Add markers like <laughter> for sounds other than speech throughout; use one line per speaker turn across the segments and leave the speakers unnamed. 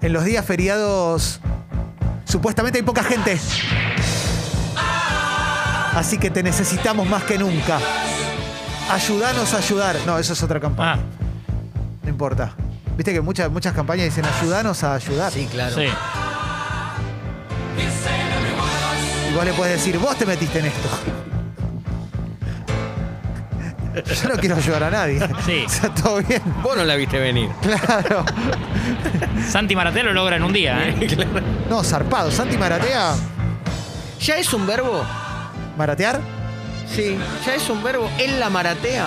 en los días feriados supuestamente hay poca gente. Así que te necesitamos más que nunca. Ayudanos a ayudar. No, eso es otra campaña.
Ah,
No importa. Viste que muchas, muchas campañas dicen ayudanos a ayudar.
Sí, claro.
sí.
Igual le puedes decir, vos te metiste en esto. Yo no quiero ayudar a nadie.
Sí.
<laughs> O sea, todo bien.
Vos no la viste venir.
Claro.
Santi Maratea lo logra en un día, ¿eh?
No, zarpado. Santi Maratea.
¿Ya es un verbo?
¿Maratear?
Sí, ya es un verbo. Él la maratea.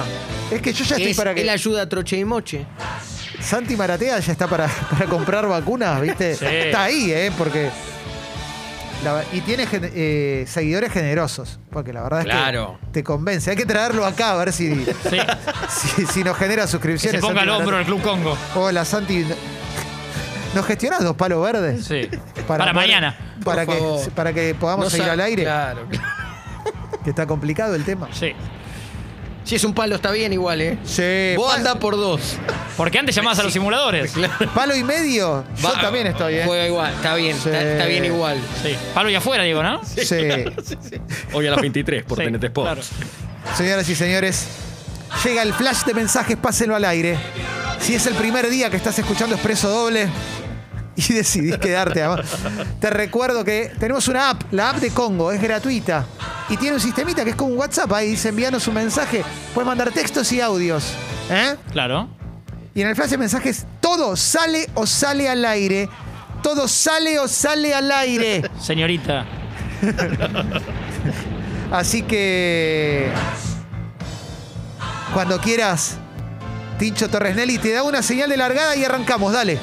Es que yo ya estoy
Es,
para
Él
que.
ayuda a troche y moche.
Santi Maratea ya está para, para comprar vacunas, ¿viste?
Sí.
Está ahí, ¿eh? Porque. la- y tiene gen- eh, seguidores generosos. Porque la verdad es
Claro.
que te convence. Hay que traerlo acá a ver si,
Sí.
si, si nos genera
Que
suscripciones.
se ponga al
Santi
hombro
Maratea.
el Club Congo.
Hola, Santi. ¿Nos gestionás dos palos verdes?
Sí. Para,
poder-
mañana.
Para
Por
que,
favor.
para que podamos
No
seguir
sa-
al aire.
Claro.
Que está complicado el tema.
Sí.
Si es un palo, está bien igual, ¿eh?
Sí.
Vos
pa-
andás por dos.
Porque antes llamabas a los simuladores.
Palo y medio. Yo
Va-
también estoy, ¿eh?
Juega igual, está bien,
Sí.
está, está bien igual.
Sí. Palo y afuera, digo, ¿no?
Sí.
Hoy a las 23 por
Sí,
TNT Sport.
claro.
Señoras y señores, llega el flash de mensajes, pásenlo al aire. Si es el primer día que estás escuchando Expreso Doble y <laughs> decidís quedarte, además, te recuerdo que tenemos una app, la app de Congo, es gratuita. Y tiene un sistemita que es como un WhatsApp, ahí dice envíanos un mensaje, puedes mandar textos y audios. ¿Eh?
Claro.
Y en el flash de mensajes, todo sale o sale al aire. Todo sale o sale al aire.
Señorita.
Así que. Cuando quieras, Tincho Torres Nelly te da una señal de largada y arrancamos, dale.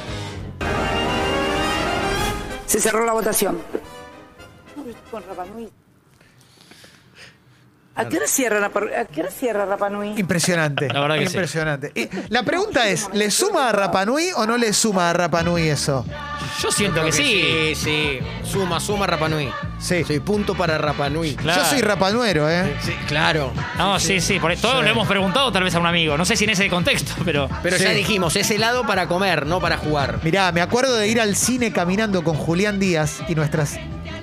Se cerró la votación. ¿A qué hora cierra, Rapa- a qué hora cierra Rapa Nui?
Impresionante.
La verdad que sí.
Impresionante. Y la pregunta es: ¿le suma a Rapanui o no le suma a Rapanui eso?
Yo siento que sí.
sí, sí. Suma, suma Rapanui.
Sí.
Sí, punto para Rapanui.
Claro.
Yo soy rapanuero, ¿eh?
Sí, claro.
No, sí, sí. Por todo lo hemos preguntado tal vez a un amigo. No sé si en ese contexto, <laughs> pero.
Pero
Sí.
ya dijimos, es helado para comer, no para jugar.
Mirá, me acuerdo de ir al cine caminando con Julián Díaz y nuestras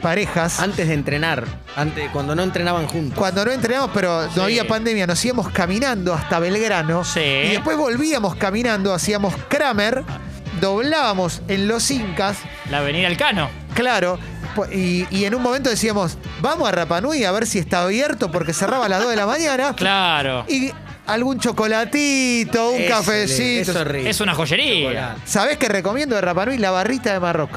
Ah,
parejas.
Antes de entrenar, antes, cuando no entrenaban juntos.
Cuando no entrenamos, pero no había pandemia, nos íbamos caminando hasta Belgrano.
Sí.
Y después volvíamos caminando, hacíamos Kramer, doblábamos en los Incas,
La avenida Elcano.
claro. po- Y, y en un momento decíamos, vamos a Rapanui a ver si está abierto, porque cerraba a las 2 de la mañana.
<laughs> Claro.
Y algún chocolatito, un
Ese,
cafecito.
eso es rico.
Es una joyería.
Chocolate.
¿Sabés qué recomiendo de Rapanui? La barrita de Marroc.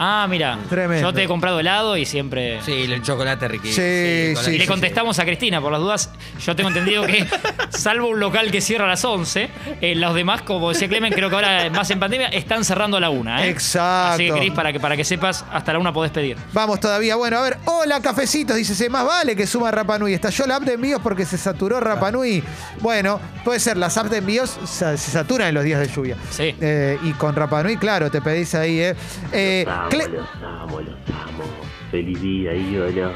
Ah, mira.
Tremendo.
Yo te he comprado helado y siempre.
Sí, el chocolate riquísimo.
Sí,
con
sí,
la-
Y le contestamos a Cristina, por las dudas, yo tengo
<laughs>
entendido que, salvo un local que cierra a las 11, eh, los demás, como decía Clemen, creo que ahora más en pandemia, están cerrando a la 1. ¿eh?
Exacto.
Así que, Cris, para que, para que sepas, hasta la 1 podés pedir.
Vamos todavía. Bueno, a ver. Hola, cafecitos. Dice, "Se más vale que suma Rapanui. Estalló la app de envíos porque se saturó Rapanui. Bueno, puede ser. Las apps de envíos sa- se saturan en los días de lluvia.
Sí.
Eh, y con Rapanui, claro, te pedís ahí, ¿eh? Eh,
ah,
Los
Cle-
amo, los amo, los amo. Feliz día, ídolos.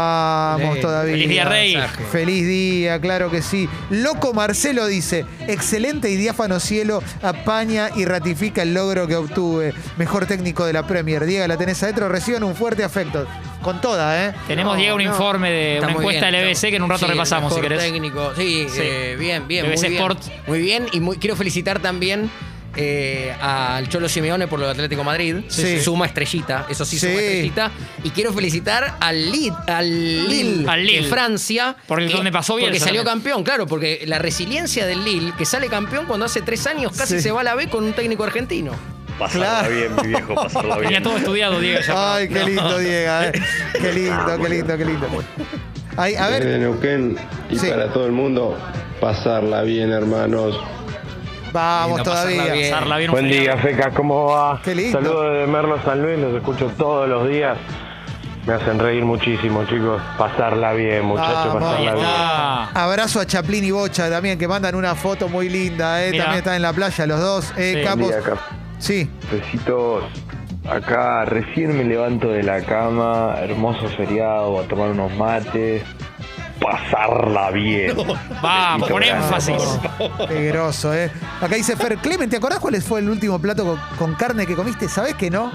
Vamos
Sí,
todavía.
Feliz día, Rey.
mensaje.
Feliz día, claro que sí. Loco Marcelo dice, excelente y diáfano cielo, apaña y ratifica el logro que obtuve. Mejor técnico de la Premier. Diego, la tenés adentro, reciban un fuerte afecto. Con toda, ¿eh?
Tenemos, Diego, un
no.
informe de
Está
una
muy
encuesta
bien,
de
está-
LBC que en un rato
Sí, el
repasamos, si
mejor
querés.
técnico. Sí,
Sí.
eh, bien, bien.
LBC
muy bien.
Sport.
Muy bien, y muy- quiero felicitar también eh, al Cholo Simeone por lo de Atlético Madrid.
Sí.
Suma estrellita, eso sí,
Sí.
suma estrellita. Y quiero felicitar al, Lid, al Lille
Al Lille.
de Francia.
Por el
que-
donde pasó Bielsa
Porque salió
también.
campeón, claro, porque la resiliencia del Lille, que sale campeón cuando hace tres años casi
Sí.
se va a la B con un técnico argentino.
Pasarla
Claro.
bien, mi viejo, pasarla bien.
Tenía todo estudiado, Diego. ya, para-
Ay, qué
<laughs>
lindo, Diego. eh. Qué lindo, qué lindo, qué lindo. Ay, a
Desde
ver,
Neuquén y
Sí.
para todo el mundo, pasarla bien, hermanos.
vamos
Lindo, pasarla
todavía.
bien.
pasarla bien un
Buen
feriado.
día, Feca, ¿cómo va?
Qué lindo.
Saludos de Merlo San Luis, los escucho todos los días. Me hacen reír muchísimo, chicos. Pasarla bien, muchachos,
Vamos.
Ahí
pasarla bien.
está.
Abrazo a Chaplin y Bocha también, que mandan una foto muy linda, eh.
Mirá.
También están en la playa los dos, eh,
Sí.
capos. Sí.
Besitos. Acá recién me levanto de la cama, hermoso feriado, a tomar unos mates. pasarla bien.
Vamos, con
Qué
énfasis.
Qué groso, ¿eh? Acá dice Fer Clemen, ¿te acordás cuál fue el último plato con, con carne que comiste? ¿Sabés que no?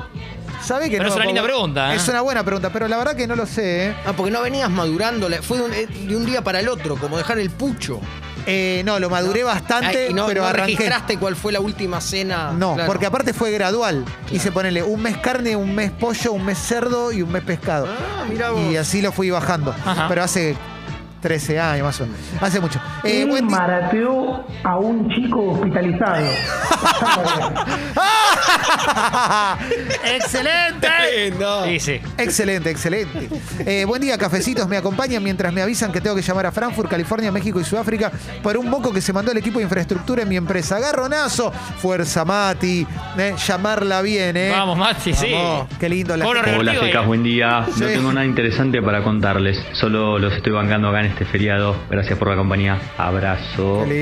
¿Sabés que
Pero
no?
es una linda
Pablo?
pregunta, ¿eh?
Es una buena pregunta, pero la verdad que no lo sé, ¿eh?
Ah, porque no venías madurando. la- Fue de un, eh, de un día para el otro, como dejar el pucho.
Eh, no, lo maduré bastante,
Ay, y no,
pero
no
arranqué.
registraste cuál fue la última cena.
No,
Ah, Claro.
porque aparte fue gradual. Hice ponerle un mes carne, un mes pollo, un mes cerdo y un mes pescado.
Ah, mirá vos.
Y así lo fui bajando.
Ajá.
Pero hace 13 años más o menos. Hace mucho. Eh, Wendy-
marateó a un chico
<laughs>
hospitalizado. <laughs>
<laughs> ¡Excelente!
No.
Sí, sí.
Excelente, excelente. Eh, buen día, cafecitos. Me acompañan mientras me avisan que tengo que llamar a Frankfurt, California, México y Sudáfrica por un moco que se mandó el equipo de infraestructura en mi empresa. Garronazo. Fuerza, Mati. Eh, llamarla bien, ¿eh?
Vamos, Mati, sí.
Vamos, Qué lindo la
Cobro
gente.
revertido
Hola
ahí.
secas, buen día. No
Sí.
tengo nada interesante para contarles. Solo los estoy bancando acá en este feriado. Gracias por la compañía. Abrazo.
Qué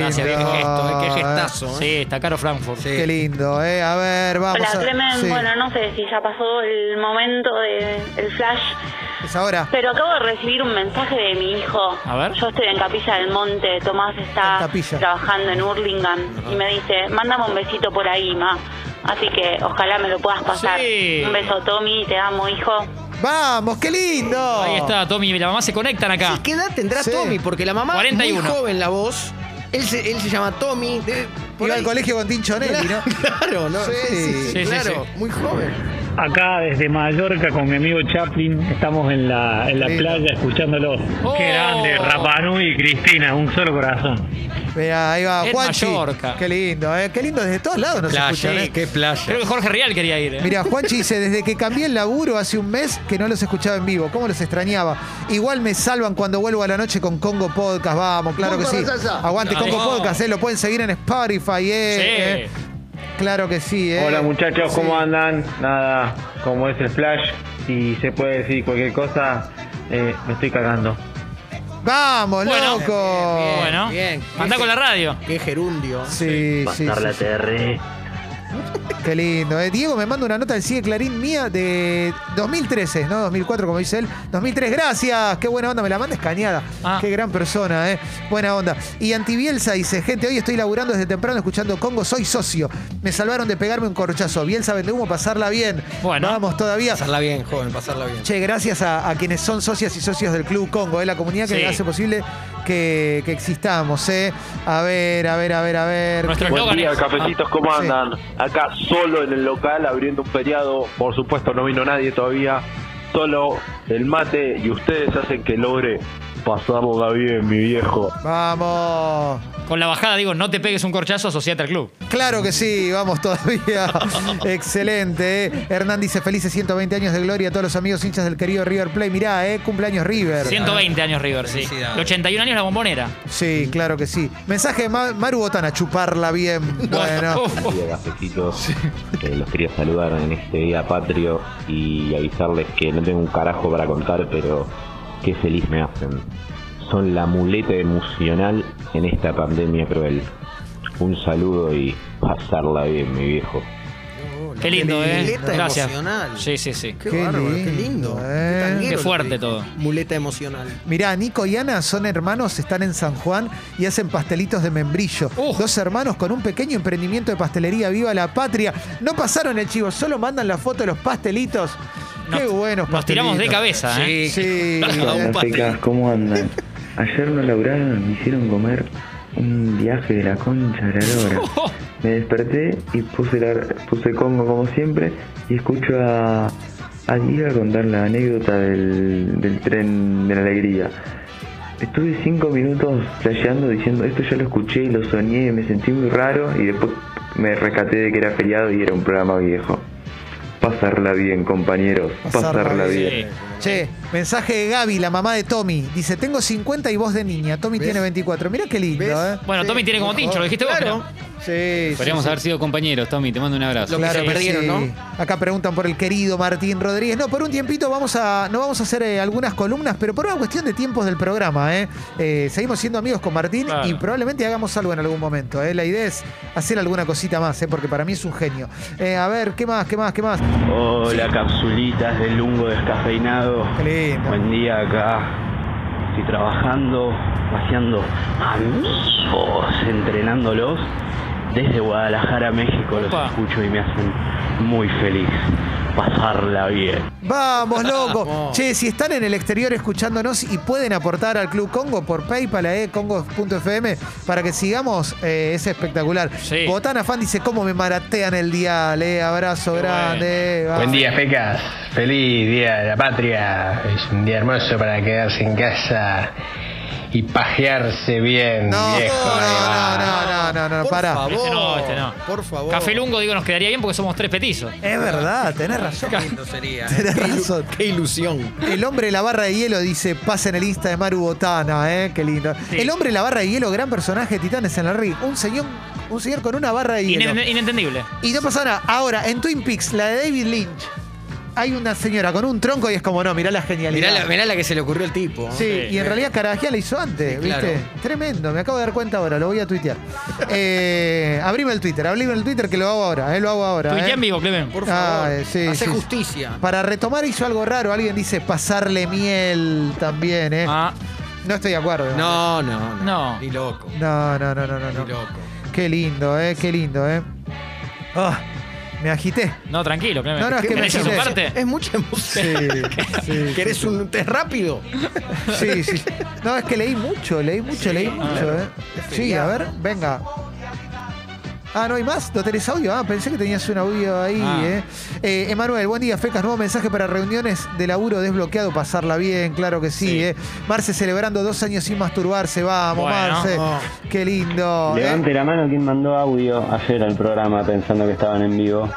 lindo.
Gracias,
Qué gesto, eh, qué gestazo.
Sí,
eh.
está caro Frankfurt.
Sí.
Qué lindo, ¿eh? A ver, vamos.
Hola,
a-
Clemen.
sí.
Bueno, no sé si ya pasó el momento del flash,
Es ahora.
pero acabo de recibir un mensaje de mi hijo.
A ver.
Yo estoy en Capilla del Monte, Tomás está
En Capilla.
trabajando en Hurlingham y me dice, mándame un besito por ahí, ma. Así que ojalá me lo puedas pasar.
Sí.
Un beso, Tommy, te amo, hijo.
Vamos, qué lindo.
Ahí está, Tommy y la mamá se conectan acá.
Sí, ¿Qué edad tendrá
Sí.
Tommy? Porque la mamá es
41.
muy joven la voz. Él se, él se llama Tommy. de- por
Iba
ahí.
al colegio con Tinchonelli, ¿no?
<laughs> Claro, ¿no?
Sí.
Sí, sí,
Sí, sí,
claro. Muy joven.
Acá desde Mallorca con mi amigo Chaplin estamos en la, en la
Lindo.
playa escuchándolo.
Oh.
Qué grande, Rapanui y Cristina, un solo corazón.
Mirá, ahí va
En
Juanchi.
Mallorca.
Qué lindo, ¿eh? Qué lindo desde todos lados nos escuchan, ¿eh?
qué playa.
Creo que Jorge Real quería ir. ¿eh?
Mira, Juanchi dice, desde que cambié el laburo hace un mes que no los escuchaba en vivo, ¿cómo los extrañaba? Igual me salvan cuando vuelvo a la noche con Congo Podcast, vamos, claro que
Vamos,
sí.
allá.
Aguante
Dale.
Congo Podcast, ¿eh? lo pueden seguir en Spotify,
Sí.
¿eh? ¿Eh? Claro que sí, ¿eh?
Hola muchachos, ¿cómo
Sí.
andan? Nada, como es el flash y se puede decir cualquier cosa, eh, me estoy cagando.
Vamos,
Bueno.
loco.
Bien,
Bueno,
bien.
mandá con la radio.
Qué gerundio.
Sí, sí,
Pasar la
sí,
TR.
qué lindo. eh. Diego me manda una nota del CIE Clarín mía de 2013, no 2004 como dice él. 2003, gracias, qué buena onda, me la manda escaneada.
Ah.
Qué gran persona, eh. buena onda. Y Antibielsa dice, gente, hoy estoy laburando desde temprano escuchando Congo, soy socio. Me salvaron de pegarme un corchazo. Bielsa vende humo, pasarla bien.
Bueno.
Vamos todavía.
Pasarla bien, joven, pasarla bien.
Che, gracias a, a quienes son socias y socios del Club Congo, eh, la comunidad que
Sí.
hace posible que, que existamos. Eh. A ver, a ver, a ver, a ver.
Nuestro eslogan es.
cafecitos, ¿cómo
Sí.
andan? Acá solo en el local abriendo un feriado, por supuesto no vino nadie todavía, solo el mate y ustedes hacen que logre pasarla bien, mi viejo.
Vamos.
Ah, Con la bajada digo, no te pegues un corchazo, asociate al club.
Claro que sí, vamos todavía.
<laughs>
Excelente. ¿eh? Hernán dice felices 120 años de gloria a todos los amigos hinchas del querido River Play. Mirá, ¿eh? cumpleaños River.
120 años River, sí.
Felicidades.
Y 81 años la bombonera.
Sí, claro que sí. Mensaje de Ma- Maru Botana, chuparla
<laughs>
bien. Bueno.
Uf, uf.
Buen día, cafecitos. Eh, los quería saludar en este día patrio y avisarles que no tengo un carajo para contar, pero qué feliz me hacen. Son la muleta emocional en esta pandemia cruel. Un saludo y pasarla bien, mi viejo.
Qué lindo,
Qué
¿eh?
lindo.
Muleta
Gracias.
emocional.
Sí, sí, sí.
Qué,
Qué
bárbaro, qué
lindo,
lindo.
eh.
tanguero
Qué
lo que
fuerte
te dije.
todo.
Muleta emocional.
Mirá, Nico y Ana son hermanos, están en San Juan y hacen pastelitos de membrillo.
Uh.
Dos hermanos con un pequeño emprendimiento de pastelería. ¡Viva la patria! No pasaron el chivo, solo mandan la foto de los pastelitos. Qué
Nos-
buenos
Nos tiramos de
pastelitos.
cabeza, ¿eh?
Sí.
Un pastel.
¿Cómo andan? Ayer no laburaron, me hicieron comer un viaje de la concha de la lora. Me desperté y puse, la- puse Congo como siempre y escucho a, a Diego contar la anécdota del, del tren de la alegría. Estuve cinco minutos flasheando diciendo esto ya lo escuché y lo soñé y me sentí muy raro y después me rescaté de que era feriado y era un programa viejo. Pasarla bien, compañeros,
Pasarla
pasarla,
bien.
bien.
Sí.
Che, mensaje de Gaby, la mamá de Tommy. Dice, tengo 50 y voz de niña. Tommy tiene 24. Mirá qué lindo,
¿Ves?
¿eh?
Bueno,
Sí,
Tommy tiene como
por
tincho,
favor.
lo dijiste vos.
Claro.
¿no?
Sí, sí,
Podríamos haber sido compañeros, Tommy. Te mando un abrazo.
Lo que
Claro
se
que
perdieron,
sí.
¿no?
Acá preguntan por el querido Martín Rodríguez. No, por un tiempito vamos a no vamos a hacer eh, algunas columnas, pero por una cuestión de tiempos del programa, ¿eh? Eh, seguimos siendo amigos con Martín
Claro.
y probablemente hagamos algo en algún momento, ¿eh? La idea es hacer alguna cosita más, ¿eh? Porque para mí es un genio. Eh, a ver, ¿qué más? ¿Qué más? ¿Qué más?
Hola, capsulitas del lungo descafeinado.
Qué lindo.
Buen día acá.
Estoy trabajando, paseando amigos, entrenándolos. Desde Guadalajara, México, los escucho y me hacen muy feliz. Pasarla bien.
Vamos, loco. Che, si están en el exterior escuchándonos y pueden aportar al Club Congo por PayPal eh, a congo.fm para que sigamos, eh, es espectacular. Botana Fan dice, ¿cómo me maratean el día? Le abrazo grande. eh, Va.
Buen día, fecas. Feliz Día de la Patria. Es un día hermoso para quedarse en casa y pajearse bien,
No,
viejo.
no, no, Ah, no, no, no,
Por
pará.
favor, Este no, este no. Por favor. Café Lungo, digo, nos quedaría bien porque somos tres petizos.
Es verdad, tenés razón.
Qué
lindo <laughs> sería. ¿eh?
Tenés razón.
Qué ilusión.
El hombre de la barra de hielo dice, pasa en el Insta de Maru Botana, ¿eh? Qué lindo. El hombre de la barra de hielo, gran personaje de Titanes en la Ring. Un señor, un señor con una barra de hielo.
Inen- inentendible.
Y no pasa nada. Ahora, en Twin Peaks, la de David Lynch, hay una señora con un tronco y es como, no, mirá la genialidad.
Mirá la, mirá la que se le ocurrió al tipo. ¿eh?
Sí, y en realidad Carabajal la hizo antes,
Sí, claro.
¿viste? Tremendo, me acabo de dar cuenta ahora, lo voy a tuitear. <laughs> Eh, abrime el Twitter, abrime el Twitter que lo hago ahora, eh, lo hago ahora.
Tuitea
eh.
en vivo, Clemen.
Por favor, Ah, eh, sí,
Hace
sí.
justicia.
Para retomar hizo algo raro, alguien dice pasarle miel también,
Ah.
¿eh? No estoy de acuerdo.
No, no, no.
No.
Ni loco.
No, no, no, no, no. no.
Ni loco.
Qué lindo, ¿eh? Qué lindo, ¿eh? Ah, me agité.
No, tranquilo, Clemen.
No, no, es que me
¿Mereces su
quise-
parte?
Es mucha música.
Sí,
<laughs>
sí,
¿Querés
sí,
un test rápido?
Sí, sí. No, es que leí mucho, leí mucho, leí mucho,
claro.
¿eh?
Es
Sí, a
feriado.
ver, venga. Ah, ¿no hay más? ¿No tenés audio? Ah, pensé que tenías un audio ahí,
Ah.
¿eh? Eh, Emanuel, buen día, Fecas. Nuevo mensaje para reuniones de laburo desbloqueado. Pasarla bien, claro que sí, ¿eh? Marce celebrando dos años sin masturbarse. Vamos,
Bueno.
Marce.
Oh.
Qué lindo. ¿eh?
Levante la mano quien mandó audio ayer al programa pensando que estaban en vivo.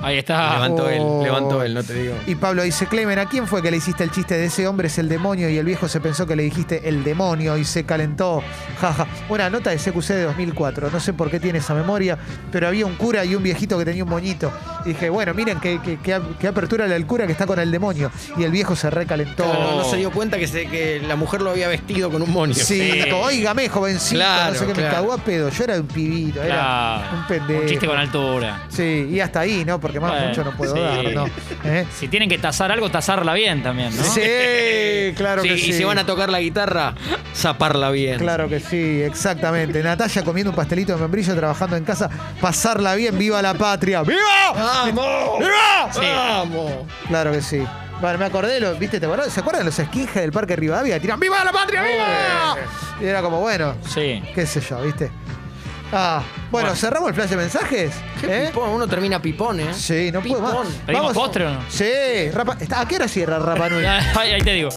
Ahí está.
Levanto
Oh.
él, levanto él, no te digo.
Y Pablo dice, Clemen, ¿a quién fue que le hiciste el chiste de ese hombre es el demonio? Y el viejo se pensó que le dijiste el demonio y se calentó. <laughs> Jaja. Una nota de CQC de 2004. No sé por qué tiene esa memoria, pero había un cura y un viejito que tenía un moñito. Y dije, bueno, miren qué, qué- qué- qué apertura la del cura que está con el demonio. Y el viejo se recalentó.
Claro, No, no se dio cuenta que, se- que la mujer lo había vestido con un moño.
Sí, dijo, oígame, jovencito,
Claro,
no sé qué me
claro.
cagó a pedo. Yo era un pibito, era
Claro.
un pendejo.
Un chiste con altura.
Sí, y hasta ahí, ¿no? Porque más
Bueno,
mucho no puedo
sí.
dar, ¿no? ¿Eh?
Si tienen que tasar algo, tasarla bien también, ¿no?
<laughs>
Sí, claro
Sí,
que sí.
Y si van a tocar la guitarra, zaparla bien.
Claro que sí, exactamente. Natalia comiendo un pastelito de membrillo, trabajando en casa, pasarla bien, viva la patria. ¡Viva!
¡Vamos!
¡Viva!
Ah.
Ah.
Sí. ¡Vamos!
Claro que sí. Bueno, me acordé de los, ¿viste? ¿Te acordás? ¿Se acuerdan de los skinheads del Parque Rivadavia? Tiran, ¡Viva la patria! ¡Viva! Y era como, bueno,
Sí.
qué sé yo, ¿viste? Ah, bueno, cerramos el flash de mensajes.
Qué
¿Eh?
pipón, uno termina pipón, ¿eh?
Sí, no puedo más.
Pipón. ¿Pedimos postre o no?
Sí, Rapa- ¿a qué hora cierra Rapa Nui?
Ahí ahí te digo.